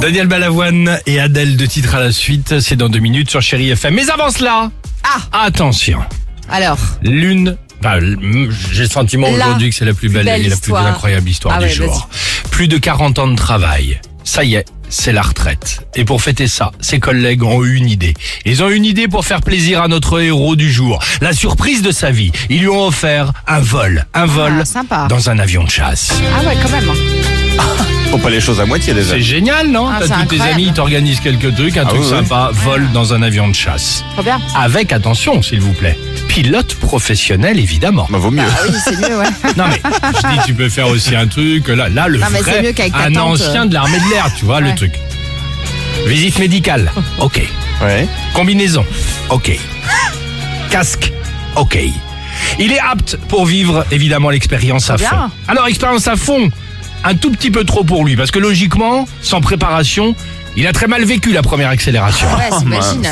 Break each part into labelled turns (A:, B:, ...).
A: Daniel Balavoine et Adèle de titre à la suite, c'est dans deux minutes sur Chéri FM. Mais avant cela,
B: Ah.
A: attention,
B: Alors,
A: l'une, enfin, l- j'ai le sentiment
B: La
A: aujourd'hui que c'est la plus belle,
B: belle
A: et la plus
B: histoire.
A: incroyable histoire
B: Ah
A: du
B: ouais,
A: jour. Plus de 40 ans de travail, ça y est, c'est la retraite. Et pour fêter ça, ses collègues ont eu une idée. Ils ont une idée pour faire plaisir à notre héros du jour. La surprise de sa vie, ils lui ont offert un vol, un vol
B: Ah, sympa.
A: dans un avion de chasse.
B: ah ouais, quand même. hein.
C: Faut pas les choses à moitié déjà.
A: C'est génial, non
B: Ah,
A: T'as
B: c'est
A: tous tes
B: incroyable.
A: amis, ils t'organisent quelques trucs, un truc
C: Ah oui, oui.
A: sympa, vol dans un avion de chasse.
B: Trop bien.
A: Avec attention, s'il vous plaît. Pilote professionnel, évidemment.
C: Bah vaut mieux.
B: Ah oui, c'est mieux, ouais.
A: Non mais, je dis, tu peux faire aussi un truc, là, là le
B: Non, mais
A: vrai,
B: c'est mieux qu'avec ta
A: un
B: tante,
A: ancien
B: euh.
A: de l'armée de l'air, tu vois, le
B: Ouais.
A: truc. Visite médicale, ok.
C: Ouais.
A: Combinaison, ok. Casque, ok. Il est apte pour vivre évidemment l'expérience à
B: Bien.
A: fond. Alors expérience à fond, un tout petit peu trop pour lui, parce que logiquement, sans préparation, il a très mal vécu la première accélération.
B: Ouais, c'est imagine.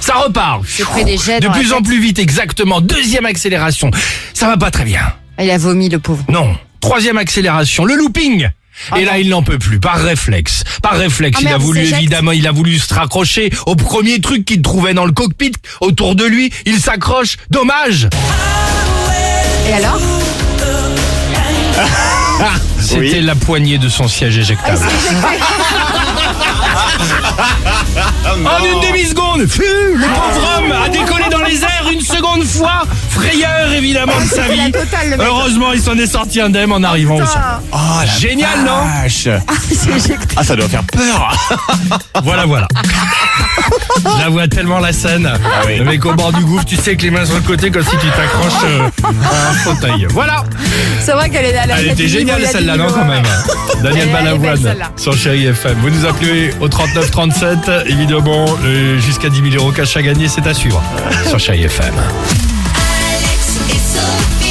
A: Ça repart.
B: C'est près des jets
A: De
B: dans la
A: plus en
B: tête.
A: plus vite, exactement. Deuxième accélération. Ça va pas très bien.
B: Il a vomi, le pauvre.
A: Non. Troisième accélération, le looping. Et là, il n'en peut plus, par réflexe. Par réflexe,
B: Ah
A: il a
B: merde,
A: voulu
B: il s'éjecte.
A: évidemment, il a voulu se raccrocher au premier truc qu'il trouvait dans le cockpit, autour de lui, il s'accroche. Dommage.
B: Et alors
A: Ah, c'était
C: Oui.
A: la poignée de son siège éjectable.
B: Ah,
A: en une demi-seconde, fiu, le pauvre homme a décollé dans les airs une seconde fois. Frayeur évidemment de sa vie.
B: Ah, totale, le mec.
A: Heureusement, il s'en est sorti indemne en arrivant au sol. Ah,
C: Oh, la
A: Génial, non
C: vache. Ah, ça doit faire peur.
A: Voilà, voilà. Je la vois tellement la scène.
C: oui.
A: Le mec au bord du gouffre, tu sais que les mains sur le côté comme si tu t'accroches euh, à un fauteuil. Voilà.
B: C'est vrai qu'elle est à la
A: Elle était géniale celle-là, non
B: hein.
A: quand même.
B: Elle
A: Daniel
B: est belle,
A: Balavoine
B: celle-là.
A: sur Chéri FM. Vous nous appelez au 3937, évidemment, euh, jusqu'à 10 000 euros cash à gagner, c'est à suivre sur Chéri FM.
D: Alex et Sophie.